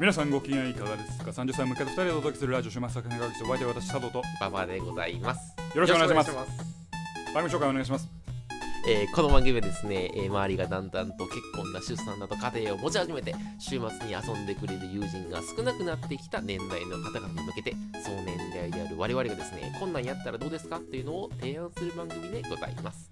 皆さんご機嫌いかがですか ?30 歳向けた2人でお届けするラジオ週末作品学習お相手は私佐藤とよババでございます。ろしくお願いしますよろくお願いし番組紹介お願いしますえーこの番組はですね、えー周りがだんだんと結婚だ出産だと家庭を持ち始めて、週末に遊んでくれる友人が少なくなってきた年代の方々に向けて、その年代である我々がですね、こんなんやったらどうですかっていうのを提案する番組でございます。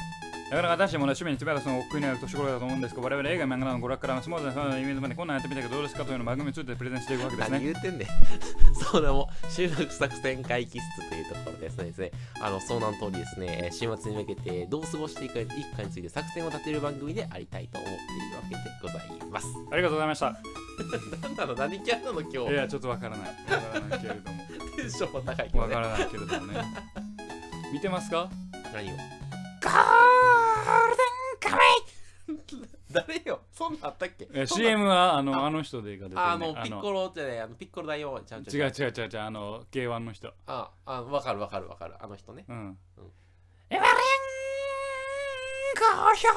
なかなか私もね趣味につぶやかすのが億劫になる年頃だと思うんですけど我々映画漫画などの娯楽からスモーズなイベントまでこんなんやってみたけどどうですかというのを番組についてプレゼンしていくわけです何ね言うてんねん。 それも、修学作戦会議室というところですね、ですねあの、そうなん通りですね、週末に向けてどう過ごしていくかいくかについて作戦を立てる番組でありたいと思っているわけでございます。ありがとうございましたなんなの何キャラなの今い日やちょっとわから ないわからないけれどもテンションも高いけどわねからないけれどもね見てますか何をゴールデンカム誰よそんなんあったっけえそんなん CM はあのあの人でが出てる、ね、あのピッコロじゃないあのピッコロ大王ちゃん違う違う違う違うあの K1 の人ああわかるわかるわかるあの人ねうんうんエヴァレンゴヒョ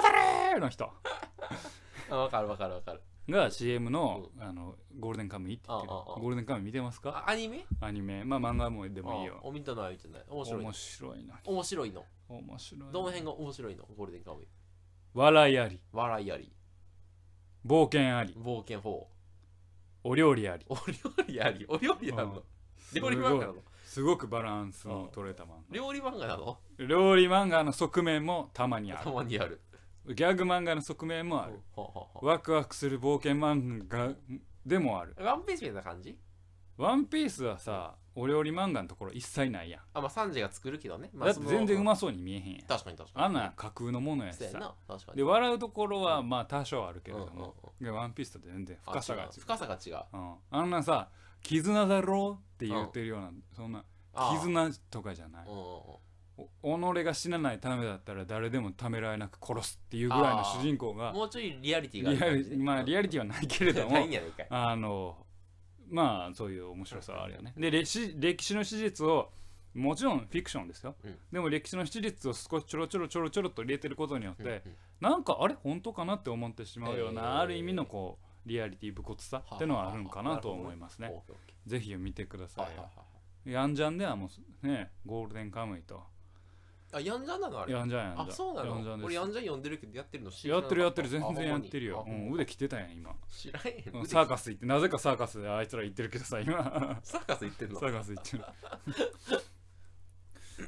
ーダレーの人あわかるわかるわかるが CM の,、あのゴールデンカムイって言ってるああああゴールデンカムイ見てますかあアニメアニメまあ漫画もでもいいよあお見たのは見てない面白い面白いな面白いの面白いどの辺が面白いのゴールデンカムイ笑いあり笑いあり冒険あり冒険法お料理ありお料理ありお料理あるのん料理漫画なのすごくバランスの取れた漫画料理漫画なの料理漫画の側面もたまにあたまにあるるギャグ漫画の側面もあるうんほうほうほワクワクする冒険漫画でもあるうワンピースみたいな感じワンピースはさお料理漫画のところ一切ないやん、あまあサンジが作るけどねまあだって全然うそのまそうに見えへんやん確かに確かにあんなん架空のものやしそうやさな確かにで笑うところはまあ多少あるけうれんうどんうんも、でワンピースと全然深さが違あう深さが違ううん、あんなさ「絆だろ?」って言ってるような、そんなあー絆とかじゃないうんうんうんお己が死なないためだったら誰でもためらいなく殺すっていうぐらいの主人公がもうちょいリアリティリがアある感リじねまあリアリティはないけれど なもいんやないかいあのまあそういう面白さはあるよね。で歴史歴史の史実をもちろんフィクションですよ、うんでも歴史の史実を少しちょろちょろちょろちょろっと入れてることによって、うんうんなんかあれ本当かなって思ってしまうような、えーある意味のこうリアリティ武骨さってのはあるんかなと思いますね。オッケーオッケぜひ見てくだーさはいいはいはよ。ヤンジャンではもうねゴールデンカムイといはいあヤンジャンなのあれヤンジャンヤンジャンあそうなヤンジャンのです俺ヤンジャン呼んでるけどやってるの知らやなってかるやってる全あ然やってるよほ、うまにん、腕来てたやん今知らへんうん腕サーカス行ってなぜかサーカスであいつら行ってるけどさ今サーカス行ってんのサーカス行って る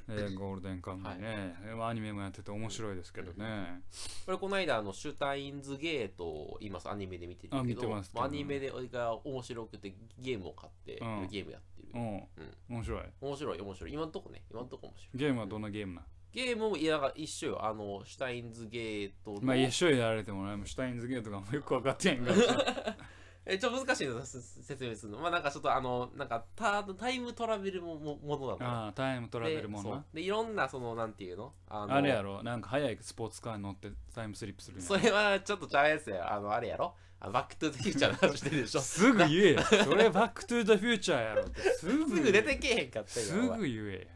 えーゴールデンカムイね、えーまあアニメもやってて面白いですけどね、俺この間あのシュタインズゲートを今アニメで見てるけあど見てますけどアニメで俺が面白くてゲームを買ってうんゲームやってるうんん面白い面白い面白い今んとこね今んとこ面白いゲームはどんなゲームなん、ゲームもいやだから一緒よあのシュタインズゲートのまあ一緒にやられてもらえもシュタインズゲートがもうよく分かってへ んからえちょっと難しいのせ説明するのまあなんかちょっとあのなんかタタイムトラベルももものだからああータイムトラベルもんでそなうでいろんなそのなんていうのあのあれやろなんか速いスポーツカーに乗ってタイムスリップするんやそれはちょっとちゃうやつやあのあれやろあバックトゥーザフューチャーの話してるでしょすすぐ言えよそれバックトゥーザフューチャーやろってすぐ言えぐ出てけえへんかったよすおぐ前言え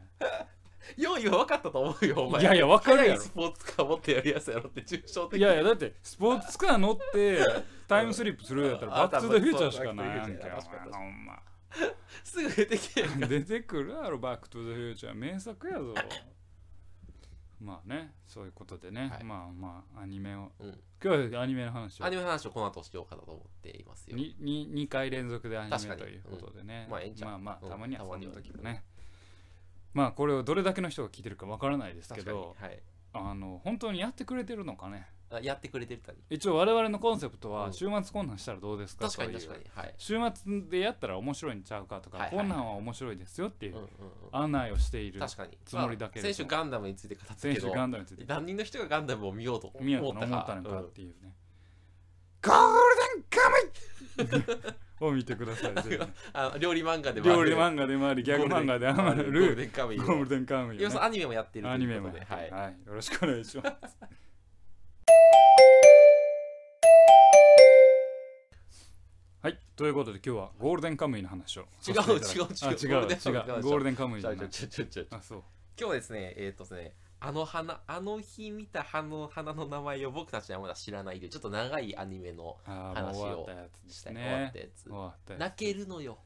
よう今分かったと思うよおよ前いやいや分かるや速いろスポーツカー持ってやるやつやろって抽象的いやいやだってスポーツカー乗ってタイムスリップするやったらあバックトゥーザフューチャーしかないやんけバックトゥーザフューチャーお前ほんますぐ出てけえへん出てくるやろバックトゥーザフューチャー名作やぞまあねそういうことでね、はいまあまあアニメを、うん今日はアニメの話をアニメの話をこの後しようかなと思っていますよにに2回連続でアニメ確かにということでね、うんまあええんちゃうまあまあうんたまにはたそまんになは時もねまあこれをどれだけの人が聞いてるかわからないですけ確かにどはいあの本当にやってくれてるのかねあやってくれてるたり一応我々のコンセプトうはん週末こんなんしたらどうですか確とかいうに確かにはい週末でやったら面白いんちゃうかとか、はいはいはいこんなんは面白いですよっていうんうんううん案内をしている確かにつもりだけれどまあ先週ガンダムについて語った選け手どガンダムについて何人の人がガンダムを見ようと思見ようとった思ったかのうかんっていうね、ゴールデンカムイ を見てくださいぜひねあの料理漫画でもあ料る理漫画でもありギャグ漫画でもあるゴールデンカムイゴールデンカムイ要をすねるにアニメもやってるとアニいメうこもとでねはいはいよろしくお願いします はいということで今日はゴールデンカムイの話を違うさせていただき違う違うあ違う違うゴゴーールルデデンンカカムムイイゴールデンカムイじちゃないょちょちょちょちょあそう今日はですねえーっとですねあの花、あの日見た花の花の名前を僕たちはまだ知らないという、ちょっと長いアニメのああ、もう話終わをったやつでしすたい、終わねった。やつ終。わったやつ泣けるの よ。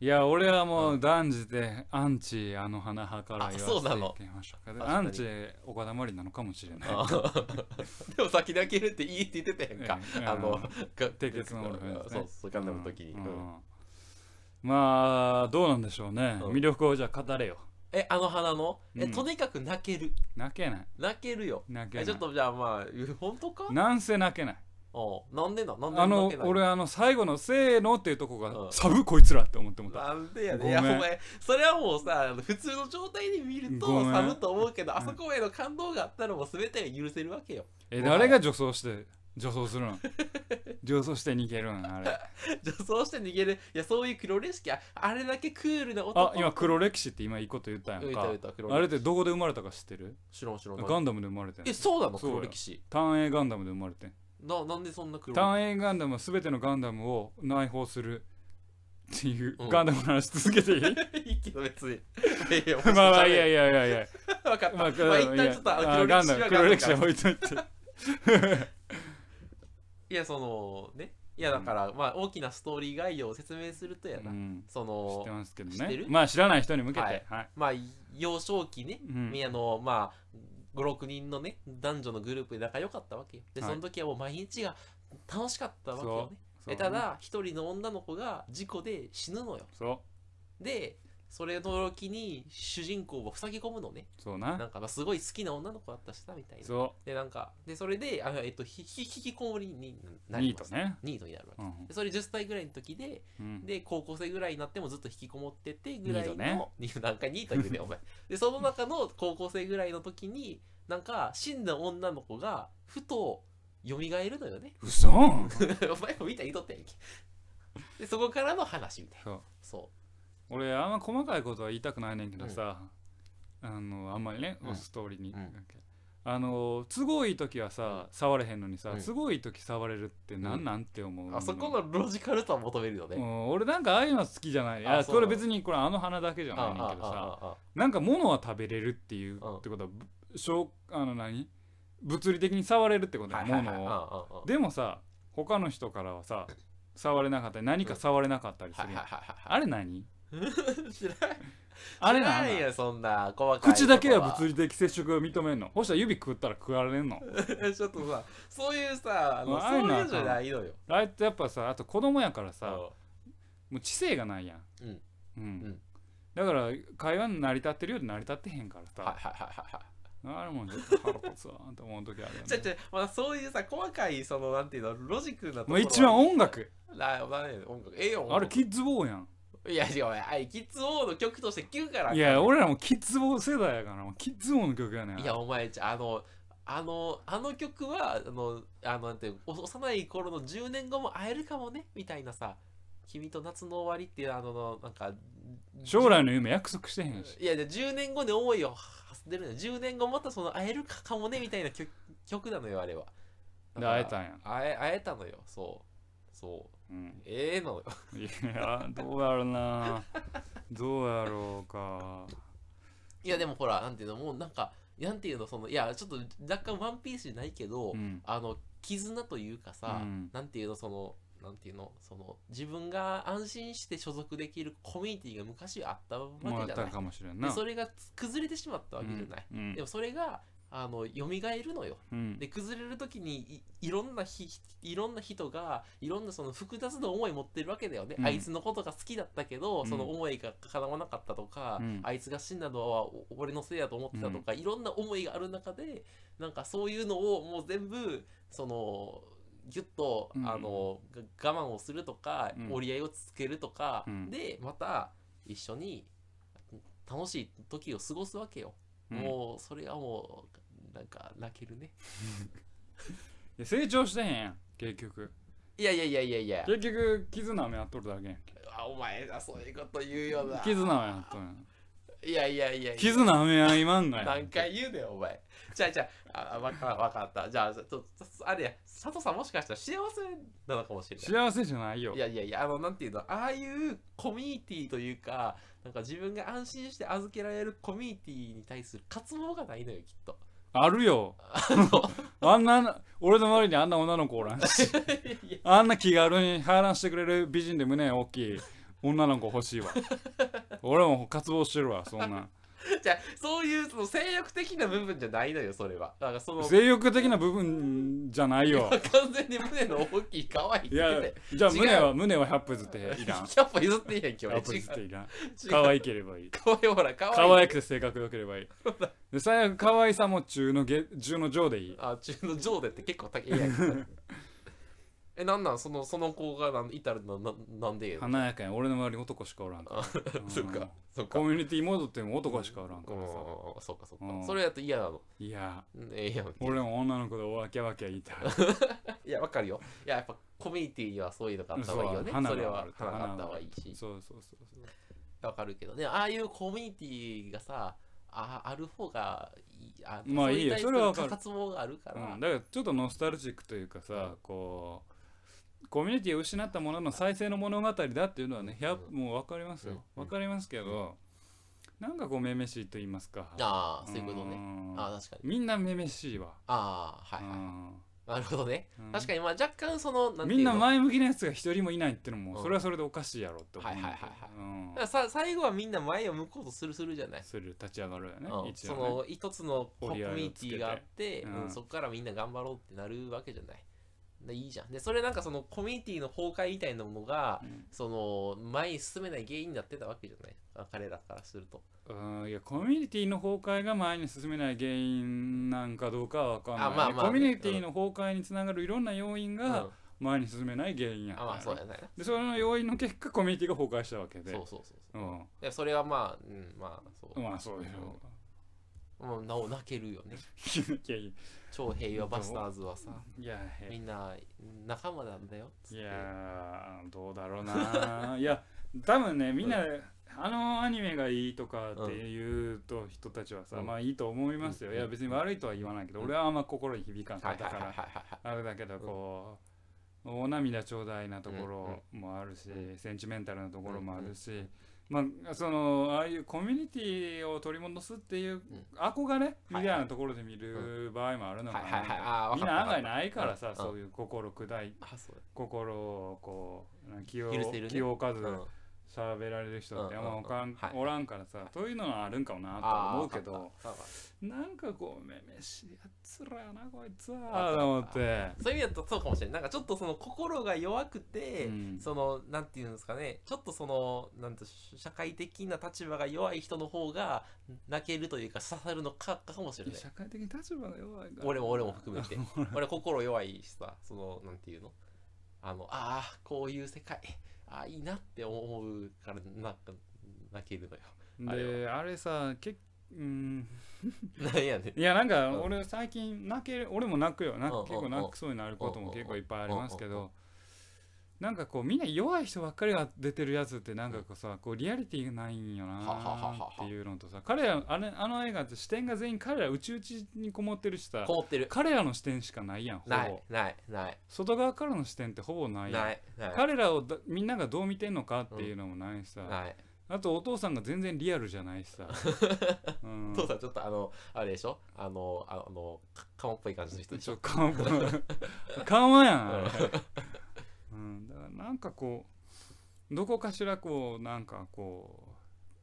いや、俺はもうう断じてアンチあの花派から言わせてあそうなのいただきましょうか確かにアンチ岡田まりなのかもしれない。あーでも先泣けるっていいって言ってたやんか。うんあのうん、締締結のオルフェンズねそうそう、ガンダムの時に。うんうんまあ、どうなんでしょうね。うん魅力をじゃあ語れよ。え、あの花のえ、うんとにかく泣ける。泣けない。泣けるよ。泣けなえ、い。ちょっとじゃあまあ、本当かなんせ泣けない。おうなんでななんであの泣け、ない俺、あの、最後のせーのっていうとこうが、んサブこいつらって思ってもた。なんでやねごめんいやお前それはもうさあの普通の状態で見るごとめん寒と思うけどんあそこへの感動があったらもう全てが許せるわけよ え、ごめん誰が女装して、女装する の女装して逃げるのあれ。女装して逃げるいやそういう黒歴史ああれだけクールな男あ、今、黒歴史って今いいこと言ったやうんん言かう。た言うた黒歴史あれってどこで生まれたか知ってる知らん知らんガンダムで生まれてんえそうなのそうよ黒歴史単影ガンダムで生まれてんななんでそんな黒単影ガンダムは全てのガンダムを内包するっていううんガンダムの話続けていい歴史いいけど 別にいやいやまあまあいやいやいやいや分かったま まああ、一旦ちょっとあのあ黒ガンダ歴史はガムンダ黒ム歴史かは置いといていやそのねいやだから、まあ大きなストーリー概要を説明すると やうな、んそ知ってのますけど知ってねるまあ知らない人に向けてははいい、まあ幼少期ねうんみあのまあ56人のね男女のグループで仲良かったわけよではそいの時はもう毎日が楽しかったわけよねそうえただ一人の女の子が事故で死ぬのよそうでそれの時に主人公を塞ぎ込むのねそうななんかまあすごい好きな女の子だったしなみたいなそでなんかでそれであのえっとひひ引きこもりにうなりニーまトすねニートになるわけうんでそれ10歳ぐらいの時でうんで高校生ぐらいになってもずっと引きこもっててぐらいニーのトねニートなんかニート言うねお前でその中の高校生ぐらいの時になんか死んだ女の子がふと蘇るのよね嘘 お前も見た言うとったやんけでそこからの話みたいなそうそ俺あんま細かいことは言いたくないねんけどさ、あのあんまりね、うんストーリーに、うんあの都合いい時はさ、触れへんのにさ、うん都合いい時触れるってなんなんって思う、うあそこのロジカルさを求めるようねん俺なんかああいうの好きじゃないいあやそうこなれの別にこれあの花だけじゃあないねんあけどさあああなんか物は食べれるっていうっうんてことはぶしょうあの何物理的に触れるってことあだはいよはいはい物あをあああでもさ他の人からはさ触れなかったり何か触れなかったりすはいるはいやん、はいあれ何はい知らないあれ知らなんんよそんな細かい口だけはこと物理的接触を認めんのほしたら指食ったら食われんの ちょっとさそういうさあのああそいううのいうのじゃないのよあれってやっぱさあと子供やからさうんもう知性がないやんうんうんんだから会話に成り立ってるようで成り立ってへんからさ、はいはいはいはいはいあれもちょっと腹立つわと思う時あるよちょねちょ、まあ、そういうさ、細かい、その、なんていうの、ロジックなところもはう一番音楽な、なね、音楽。ええよ、あれキッズボーやんいや、違う、あれキッズ王の曲として聞くから。いや、俺らもキッズボー世代やからもうキッズボーの曲やねんいや、お前、ちょあの、あの、あの曲は、あの、あの、なんていうお幼い頃の10年後も会えるかもね、みたいなさ、君と夏の終わりっていう、あのの、なんか、将来の夢約束してへんしいや、じゃあ10年後で思いをはせてるのよ。10年後またその、会えるかかもね、みたいな曲曲なのよ、あれは。で会えたんやん、会え会えたのよ、そう。そう。うん、ええのよ。いやどうやろなどうやろうかいやでもほら、なんていうの、もうなんか、なんていうの、その、いや、ちょっと若干ワンピースじゃないけど、うんあの、絆というかさ、うんなんていうの、その、なんていうの、その、自分が安心して所属できるコミュニティが昔あったわけもらっじゃなたい。かもしれんでなそれが崩れてしまったわけじゃない。うんうんでもそれが、あの、蘇るのよ。うんで、崩れるときにい、いろんなひ、いろんな人が、いろんなその複雑な思い持ってるわけだよね。うんあいつのことが好きだったけど、うんその思いが叶わなかったとか、うんあいつが死んだのはお俺のせいだと思ってたとか、いろんな思いがある中で、なんかそういうのをもう全部、その、ぎゅっと、うんあの、が我慢をするとか、うん折り合いをつけるとか、うんで、また一緒に楽しい時を過ごすわけよ。もう、それはもう、なんか泣けるね。うん、成長してへんやん結局いやいやいやいやいや。結局絆目合っとるだけやんけあお前がそういうこと言うよな。絆目合っとるやんいやいやいやいや絆雨合い漫画や何回言うねんお前じゃあじゃああ分かった分かったじゃあちょっとあれや佐藤さんもしかしたら幸せなのかもしれない幸せじゃないよいやいやいや、あの、なんていうの、ああいうコミュニティというか、なんか自分が安心して預けられるコミュニティに対する渇望がないのよ、きっと。 あるよあんな俺の周りにあんな女の子おらんし いやあんな気軽に排卵してくれる美人で胸大きい女の子欲しいわ俺も渇望してるわそんなじゃあそういうその性欲的な部分じゃないのよ、それは。だからその、性欲的な部分じゃないよ完全に胸の大きい可愛いってい言やってじゃあ違う胸は胸は100歩譲っていらん100歩譲っていいやん、今100日。歩違譲ってう。いらん違う可愛ければいい可愛い、ほら、可愛い。可愛くて性格良ければいいで最悪可愛さも中の下中の上でいいあ、中の上でって結構高いや ん。え、なんなんその、その子がなんいたらな、ななんでええの華やかに俺の周りに男しかおらんからあうん そっか、そっか。コミュニティ戻っても男しかおらんかうんらさそうかそううかんそれやと嫌なのいやえいやん俺も女の子でわけわけ言い たいいやわかるよいややっぱコミュニティにはそういうのがあった方がいいよねそう花そがれはある花があった方がいいしそうそうそうそうわかるけどねああいうコミュニティがさあある方がいいあまあいいよそそれれははわわかかるる渇望があるから、うん、だからちょっとノスタルジックというかさ、こうコミュニティを失ったものの再生の物語だっていうのはね、100うもう分かりますよ、うん分かりますけど、なんかこうめめしいと言いますかああそういうことねんああ確かにみんなめめしいわ、ああはいはい、なるほどね、うん確かにまあ若干そのうなんんみていうんのな前向きなやつが一人もいないっていうのうもんそれはそれでおかしいやろって思うはいはいはいはいうんだからさ最後はみんな前を向こうとするするじゃないする立ち上がるよね、うん、一そ応、ね、の一つのコミュニティがあっ折り合いをつけてて、うんうんそこからみんな頑張ろうってなるわけじゃない。でいいじゃん。でそれなんかそのコミュニティの崩壊みたいなものが、うんその前に進めない原因になってたわけじゃないあ彼らからすると。うんいやコミュニティの崩壊が前に進めない原因なんかどうかは分かんない、あまあまあねコミュニティの崩壊につながるいろんな要因うん、があ前に進めない原因やからまあそうやないな。でその要因の結果コミュニティが崩壊したわけで、そうそうそうそうう。でそれはまあ、うん、まあそう。ん、まあそうでしょもうなお泣けるよね。ういやい超平和バスターズはさ、やいやへみんな仲間なんだよ。つっいてやーどうだろう ないや多分ねみんな、あのアニメがいいとかっていうと人たちはさ、うんまあいいと思いますよ、うんいや別に悪いとは言わないけど、うん俺はあんま心に響かんかはっいたはかいはいはいらはい。あれだけどこう、お涙ちょうだいなところもあるし、うんセンチメンタルなところもあるし、まあそのああいうコミュニティを取り戻すっていう憧れみたいなところで見る場合もあるのかはいはいはいあーわなかったみんな案外ないからうさんそういう心砕いあそう心をこう気を許せるね気を置かずだ。うん喋られる人ってあんまおかうんうんんうんはいおらんからさそういうのはあるんかもなとはあー思うけわどかったわかったなんかこうめめしいやつらやなこいつはと思ってそういう意味だとそうかもしれない。なんかちょっとその心が弱くて、うんその、なんていうんですかね、ちょっとその、なんて社会的な立場が弱い人の方が泣けるというか刺さるのかかもしれない。社会的に立場が弱いから俺も俺も含めて。俺心弱いしさ、その、なんていうのあの、ああ、こういう世界、ああ、いいなって思うから、なんか、泣けるのよ。 あれであれさけうんなんやねん。いやなんかうん俺最近泣ける俺も泣くよなうんうんうん結構泣くそうになることも結構いっぱいありますけうんうんうんどなんかこうみんな弱い人ばっかりが出てるやつってなんかこうさこうリアリティがないんよはははなはっていうのとさ彼らあれあの映画って視点が全員彼ら内々にこもってるしさこもってる。彼らの視点しかないやんほなぼい、ない、ない、外側からの視点ってほぼないやなんい、ない、彼らをだみんながどう見てんのかっていうのもないしさない。あとお父さんが全然リアルじゃないし さうん父さんちょっとあのあれでしょあのあのかカモっぽい感じの人でしちょょ緩和緩和やんあれうん、だからなんかこうどこかしらこうなんかこ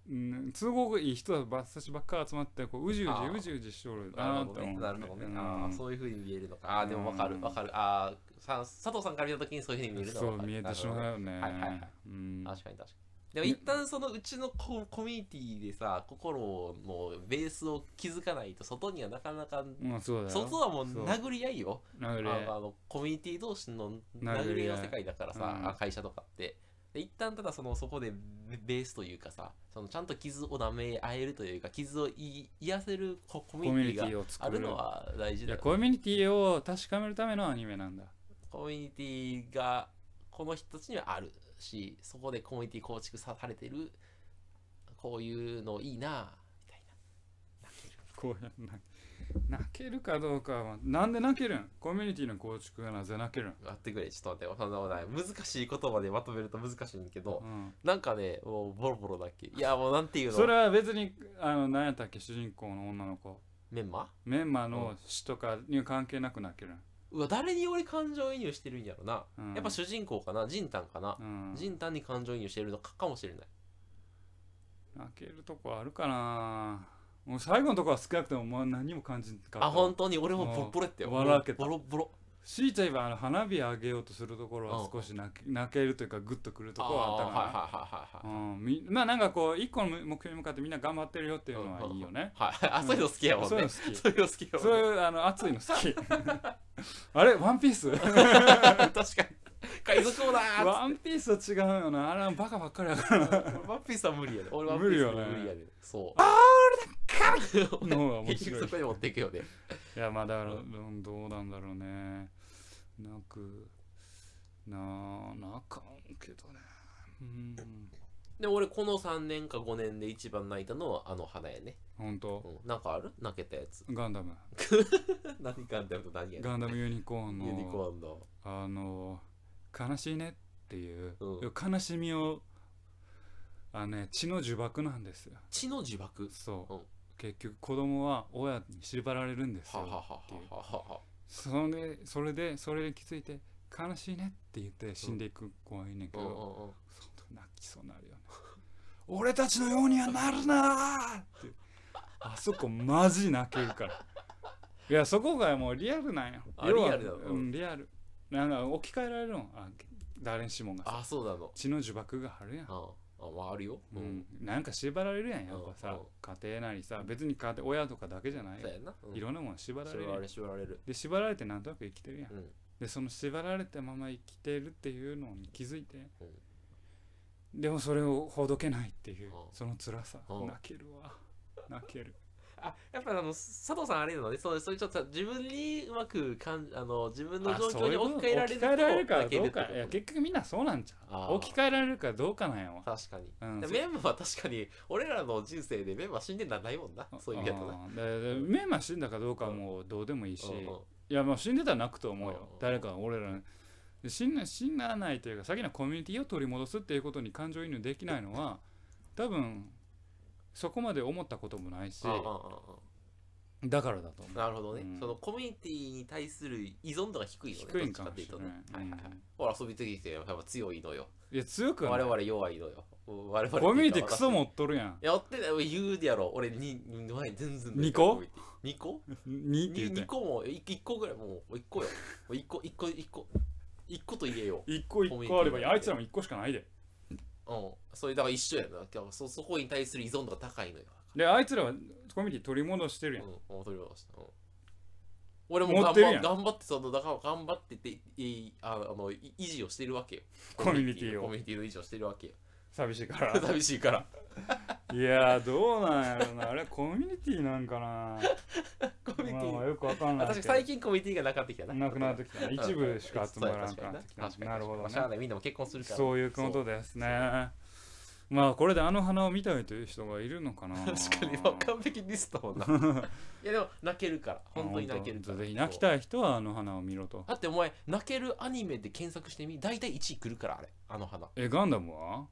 う、うん、都合がいい人ばっさしばっか集まってこううじうあじーうじうじしとるななるっほてどね思うなるほどね、うんああそういうふうに見えるのかああでもわかるうんわかるああさ佐藤さんから見た時にそういうふうに見えるのそはわうかる見えてしまうよね、はいはいはいうんなるほどね確かに確かにでも一旦そのうちのココミュニティでさ心のベースを築かないと外にはなかなかまあそうだよ外はもうそう殴り合いよなあのでのあのコミュニティ同士の殴り合いの世界だからさ、うんあ会社とかってで一旦ただそのそこでベベースというかさそのちゃんと傷を舐め合えるというか傷をい癒せるココミコミュュニニテティがィをあ作るるのは大事いだやよねコミュニティを確かめるためのアニメなんだコミュニティがこの人たちにはあるしそこでコミュニティ構築さされてるこういうのいいなみたいこうやんない泣けるかどうかはなんで泣けるんコミュニティの構築がなぜ泣けるん、な待ってくれちょっと待ってそんなことない難しい言葉でまとめると難しいんだけどうん、なんかねもうボロボロだっけいやもうなんていうのそれは別にあの何やったっけ主人公の女の子メンマメンマの死とかには関係なく泣けるん、うわ誰に俺感情移入してるんやろな、うん、やっぱ主人公かなジンタンかな、うん、ジンタンに感情移入してるのかかもしれない泣けるとこあるかなもう最後のとこは少なくとももう何も感じなかったあ本当に俺もボロボロやってうん笑けたボロボロ強いて言えばあの花火あげようとするところは少し泣け泣けるというかグッとくるところはあったかなあーはいはいはいはいはいうん、みまあなんかこう一個の目標に向かってみんな頑張ってるよっていうのはいいよね。はいあそういうの好きやもんそういうねの好き。そういうの好きやそうもんねいうあの熱いの好き。 あれワンピース確かに海賊王だーっつワンピースと違うよな。あれバカばっかりだから。ってワンピースは無理やで俺ワンピースは無理よね無理やでそうあー俺だの方が面結局白い そ。こに持っていくよねいやまあだからうんどうなんだろうね。なくなあなあかんけどね。うんでも俺この3年か5年で一番泣いたのはあの花やね、本当うん、なんかある泣けたやつガンダム何かあんだよ何やねガンダムユニコーンユニのコーンのあの悲しいねっていう、うん悲しみをあのね血の呪縛なんですよ。血の呪縛そう、うん結局子供は親に縛られるんですはよははははははそれでそれでそれに気づいて悲しいねって言って死んでいく子はいいねんけうんど、うんうんその時泣きそうになるよね俺たちのようにはなるなーってあそこマジ泣けるからいやそこがもうリアルなんよあ要はリアルなのうん、リアルなんか置き換えられるのあ誰にしもがさあそうなの血の呪縛があるやんああまああるようんなんか縛られるやんやっぱうんさうん家庭なりさ別に家庭親とかだけじゃないそようやな、うん、いろんなもの縛られる縛やらんれ縛られるで縛られてなんとなく生きてるやんうんでその縛られたまま生きてるっていうのに気づいてうんでもそれをほどけないっていううんその辛さうん泣けるわ泣けるあやっぱあの佐藤さんあれなのねそうそういうちょっと自分にうまくかんあの自分の状況に置き換えらあそれるういうこと置き換えられるか泣けどうってかこといや結局みんなそうなんじゃあうー置き換えられるかどうかなんやわ確かに、うんでメンマは確かに俺らの人生でメンマ死んでんなんないもんなそういう意味だとなあーででメンマ死んだかどうかはもうどうでもいいしうんうんいやもう死んでたら泣くと思ううんうよん誰か俺らにで死な死なないというか先のコミュニティを取り戻すっていうことに感情移入できないのは多分そこまで思ったこともないしうんうんうんだからだとうん思うなるほどね、うんそのコミュニティに対する依存度が低いよね低いんかもどっちしかれってないういとね、はいはいはういんほら遊び的にてやっぱ強いのよいや強く我はない々弱いのよ我々コミュニティクソも持っとるや んやってない言うでやろ俺に前全然二個 ?2 個2って言 2, うて個も 1, 個ぐらいもう1個よもう1個1個1個1個と言えよ1個1個あればいいあいつらも1個しかないでうんそれだから一緒やなだからそそこに対する依存度が高いのよであいつらはコミュニティ取り戻してるうやんんもう取り戻した、うん、俺も持頑ってるや張ん頑張ってそのだから頑張ってていああのい維持をしてるわけよコミュニティをコミュニティの維持をしてるわけよ寂しいから寂しいからいやーどうなんやろなあれコミュニティなんかな コミュニテまあまあィよくわかんない私けど最近コミュニティがなくなってきたななくなってきたな。一部しか集まらなくなってき確かた。になるほどまあしゃあね。ないみんなも結婚するからそういうことですね。まあこれであの花を見たいという人がいるのかな。確かにまあ完 璧リストもんないやでも泣けるから本当に泣けるあか本ら当ぜひ泣きいたい人はあの花を見ろと。だってお前泣けるアニメで検索してみ大体1位来るからあれあの花え、ガンダムは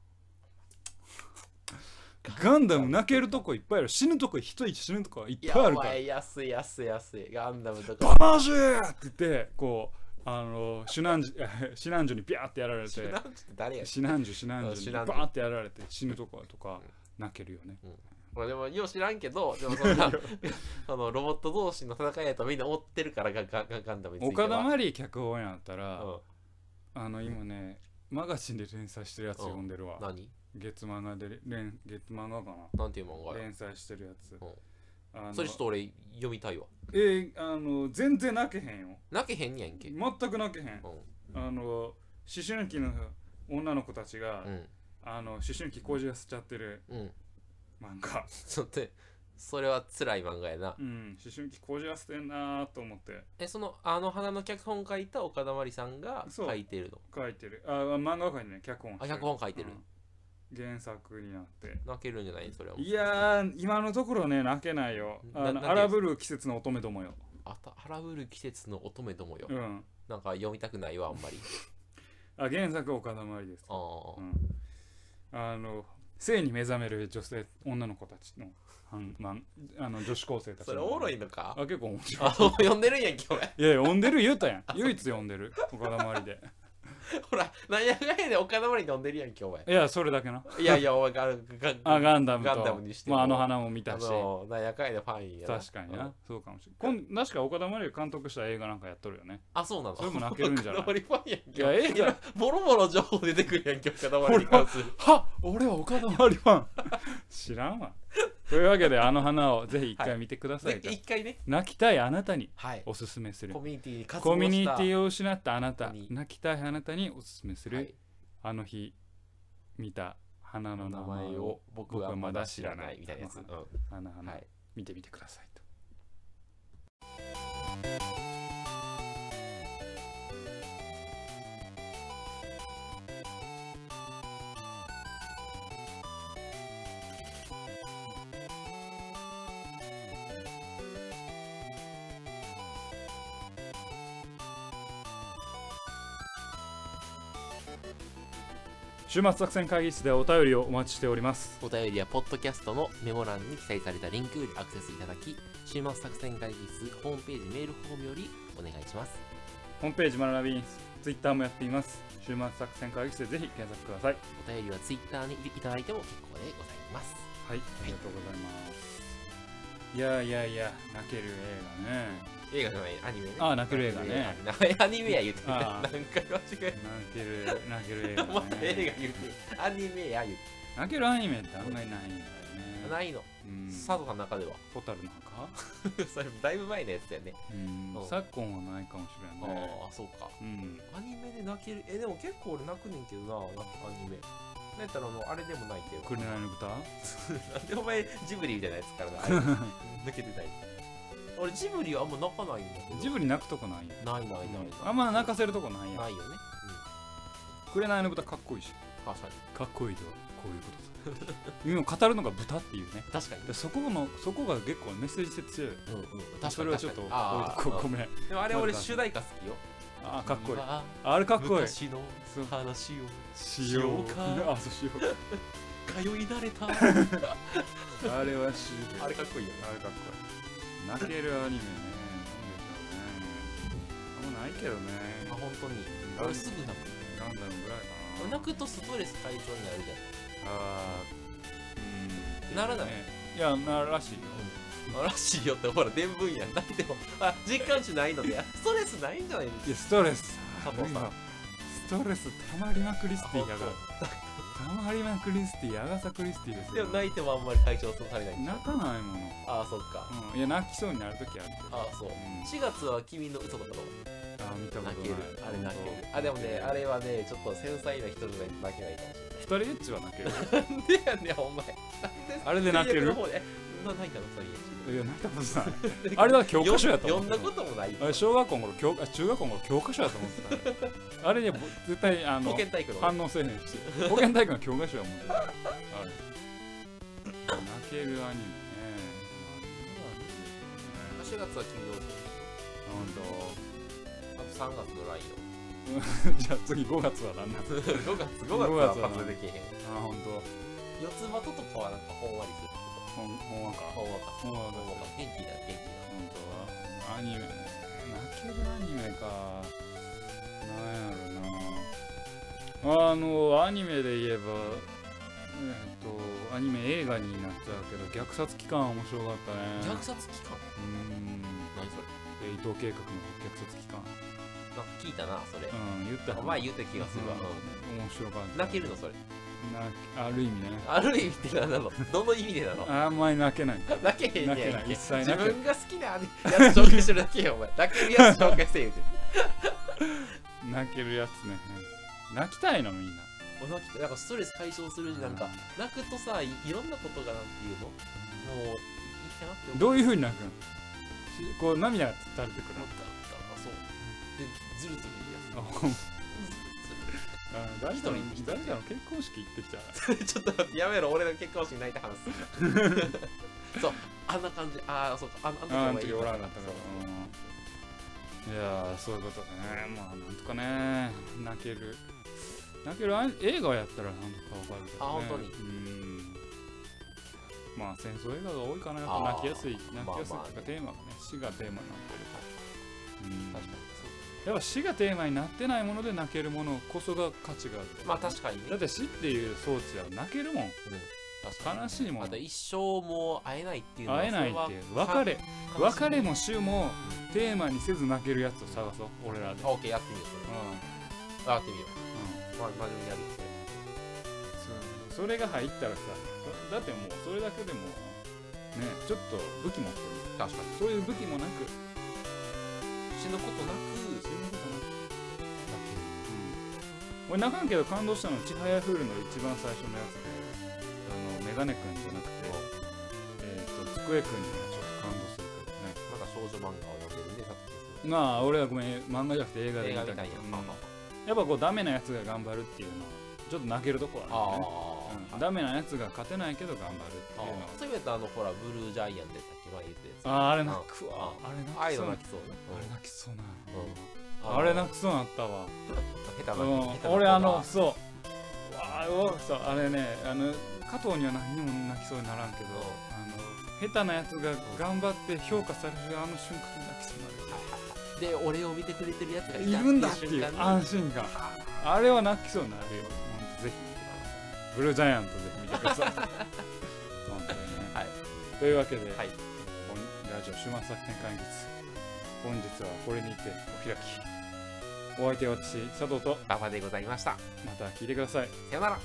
ガンダム泣けるとこいっぱいある。死ぬとこ一息死ぬとこいっぱいあやるからば。い安い安い安いガンダムとかババージューって言って、こう、あの、シュナンジュ、 シュナンジュにビャーってやられシュてナ、ンジュって誰やシュナンジュ、シュナンうんジシュにュナバンジューってやられて死ぬとことか泣けるよね。俺もよう知らんけどでもそんな そのロボット同士の戦いやとみんな思ってるからガガガガンダムについては岡田真理脚本やったら、うんあの今ねマガジンで連載してるやつ読んでるわ、何月漫画で連月漫画かなんていうな漫画や連載してるやつ、んあのそれちょっと俺読みたいわえーあの全然泣けへんよ泣けへんやんけうん全く泣けへん、うあの思春期の女の子たちが、んあの思春期こじらせちゃってるうん漫画、ちょっと待ってそれは辛い漫画やなうん、思春期こじらせてんなーと思ってえそのあの花の脚本書いた岡田まりさんがそう書いてるの書いてるあ漫画界にね脚本してあ脚本書いてるうん原作になって泣けるんじゃないそれはもういやー今のところね泣けないよあなのなんで荒ぶる季節の乙女どもよ、あた腹ぶる季節の乙女どもよ、うん、なんか読みたくないわあんまりあ原作岡田真理ですああ、うんあの性に目覚める女性女の子たちの反漫あの女子高生たちそれおもろいいのかあ結構面白いあ読んでるんやんけお前いやいや読んでる言うたやん唯一読んでる岡田真理でほらなんやかんやで岡田まり飲んでるやんけお前いやそれだ けないやい やお前ががあガンダムとガンダムにしてもまあ、あの花も見あたしのなんやかんやでファンやな確かにうなんそうかもしれない今確か岡田真理が監督した映画なんかやっとるよねあそうなのそれも泣けるんじゃない岡田まりファンやんいけや映画ボロボロ情報出てくるやんけ岡田まりに関するはっ俺は岡田真理ファン 知らんわというわけであの花をぜひ一回見てくださいでと、一回ね泣きたいあなたにはいおすすめするコミュニティに活動コしたミュニティを失ったあなた本当に泣きたいあなたにおすすめする、はいあの日見た花の名名前前をを僕はまだ知らないみたいなやつ、僕うあのん花、はい見てみてくださいと週末作戦会議室ではお便りをお待ちしておりますお便りはポッドキャストのメモ欄に記載されたリンクよりアクセスいただき週末作戦会議室ホームページメールフォームよりお願いしますホームページマラビーンツイッターもやっています週末作戦会議室でぜひ検索くださいお便りはツイッターにいただいても結構でございますはい、ありがとうございます。いやいやいや、泣ける映画ね。映画じゃないアニメねあ泣ける映画ね名前アニメや言うてる何あー回間違え泣ける、泣ける映た画お前映ね。画言うてるアニメや言う泣けるアニメってあんまりないんだよてね。ないのうん、佐藤さんの中ではホタルの墓、 それだいぶ前のやつだよねうんそう、昨今はないかもしあれないね。あそうかうん、アニメで泣けるえでも結構俺泣くねんけどななんかアニメなんやったらもうあれでも泣いてる紅の豚なんでお前ジブリみたいなやつからなあれ 抜けてない俺ジブリはあんま泣かないんだけどジブリ泣くとこないよ。ないないないない、あんま泣かせるとこないや。なんいよね、紅の豚かっこいいし。うん、確かにかっこいいとはこういうことさ。今語るのが豚っていうね。確かにでそこの、そこが結構メッセージ性強い。うんうん確かにそれはちょっと置いあとこうごめん。でもあれ俺まず主題歌好きよあー、かっこいい。今あれかっこいい。昔のそう話をしよよううかか。あ、そうしよう通い慣れ たか。あれはしあれかっこいいよねあれかっこいい。泣けるアニメね。なんでしょうね。あんまないけどね。あ本当にガン俺すぐ泣くガンダムぐらいかな。泣くとストレス解消になるじゃんあーうん。ならないいや、ならしいよ。あらしいよってほら伝聞やん泣いてもあ実感値ないのであストレスないんじゃないのいや、ストレス。佐藤さん今ストレスたまりまくりスティやがあ。たまりまくりスティ、やがさクリスティですでよも。泣いてもあんまり解消されないんでしょ泣かないもの。ああそっかうん。いや、泣きそうになるときあるけど。ああそううん4月は君の嘘だろあ見たことない泣けるあれ泣けるあでもねあれはねちょっと繊細な人じゃないと泣けないかもし二人エッチは泣け るれ ないなんでやねんお前あれで泣ける最悪の 方でなないかなそういういや泣いたこ とないあれは教科書やと読思んっだてこたともないあれ小学校の頃教あ中学校の頃教科書やと思って たあれねぼ絶対あ保の健体育の反応せえへんし保健体育の教科書や思ってたあれ泣けるアニメね4月は君の嘘あと3月のライ なんだ じゃあ次5月は何なんだオ5月5月はパスできへんあ本当四つ葉ととかはなんかほんわりするほんほんわかほほんわかんわかほんわか元気だ元気だ本当はアニメね泣けるアニメかなんやろなあのアニメで言えばえっとアニメ映画になっちゃうけど虐殺期間は面白かったね虐殺期間うん何それえ伊藤計画の虐殺期間なんか聞いたなそれうん言ったお前言った気がするわ、うん面白かった泣けるのそれ泣けある意味ねある意味って何なのどの意味でなのあんまり泣けない泣けへん泣ねけやないんけ一切自泣けない分が好きなやつ紹介してるだけやお前泣けるやつ紹介して言うて泣けるやつね泣きたいのみんなお泣きってなんかストレス解消するしなんか泣くとさいいろんなことがなんていうのもういいかなって思うどういうふうに泣くのしこう涙が垂れてくる思ったあそうでずるずる言い出すあほんずるずるあ誰かの一人一人誰かの結婚式行ってきたらちょっと待ってやめろ俺の結婚式泣いた話 そうあんな感じああそうかあのあの時ああの俺時おらんかったからうんいやーそういうことねまあなんとかね泣ける泣けるあん映画やったらなんとかわかるけど、ね、あ本当にうんまあ戦争映画が多いかなやっぱ泣きやすいあー泣きやすいまあまあっていうかテねーマがね死がテーマになってるうん確かにそやっぱ死がテーマになってないもので泣けるものこそが価値があるうまあ確かにねだって死っていう装置は泣けるもん確かに悲しいもあんと一生もう会えないっていうのは会えないっていう別れ別れも死もテーマにせず泣けるやつを探そう俺らでオッケーやってみよううんうそれやってみんようまあ真面目にやるってそうそれが入ったらさだだってもうそれだけでもねちょっと武器持ってる確かそういう武器もなくに死ぬことなくそういうことなくうん俺泣かんけど感動したのはちはやふるの一番最初のやつであのメガネくんじゃなくてえっ、と机くんにはちょっと感動するけどねまだ少女漫画を読んでるんでさっきまあ俺はごめん漫画じゃなくて映画で映見画たみけどたいやうんまあまやっぱこうダメなやつが頑張るっていうのはちょっと泣けるとこあはあるねうああんダメなやつが勝てないけど頑張るっていうのはあそういうやつあのほらブルージャイアンでさっき前言ってたやあああれ泣くわうあれ泣つああいきうそうのな泣きそうあれな泣きそうなうあれ泣きそうなっんうんたわ下手なうん俺あのそうわあおそうあれねあの加藤には何にも泣きそうにならんけどうんあの下手なやつが頑張って評価されるあの瞬間泣きそうになるで俺を見てくれてるやつがいるんだって瞬いう間に安心感あれは泣きそうになるよほんとぜひ見てくださいブルージャイアントぜひ見てくだ さい本当にね、はいというわけで、はい本ラジオ終末作戦会議室本日はこれにてお開きお相手は私佐藤と馬場でございましたまた聞いてくださいさよなら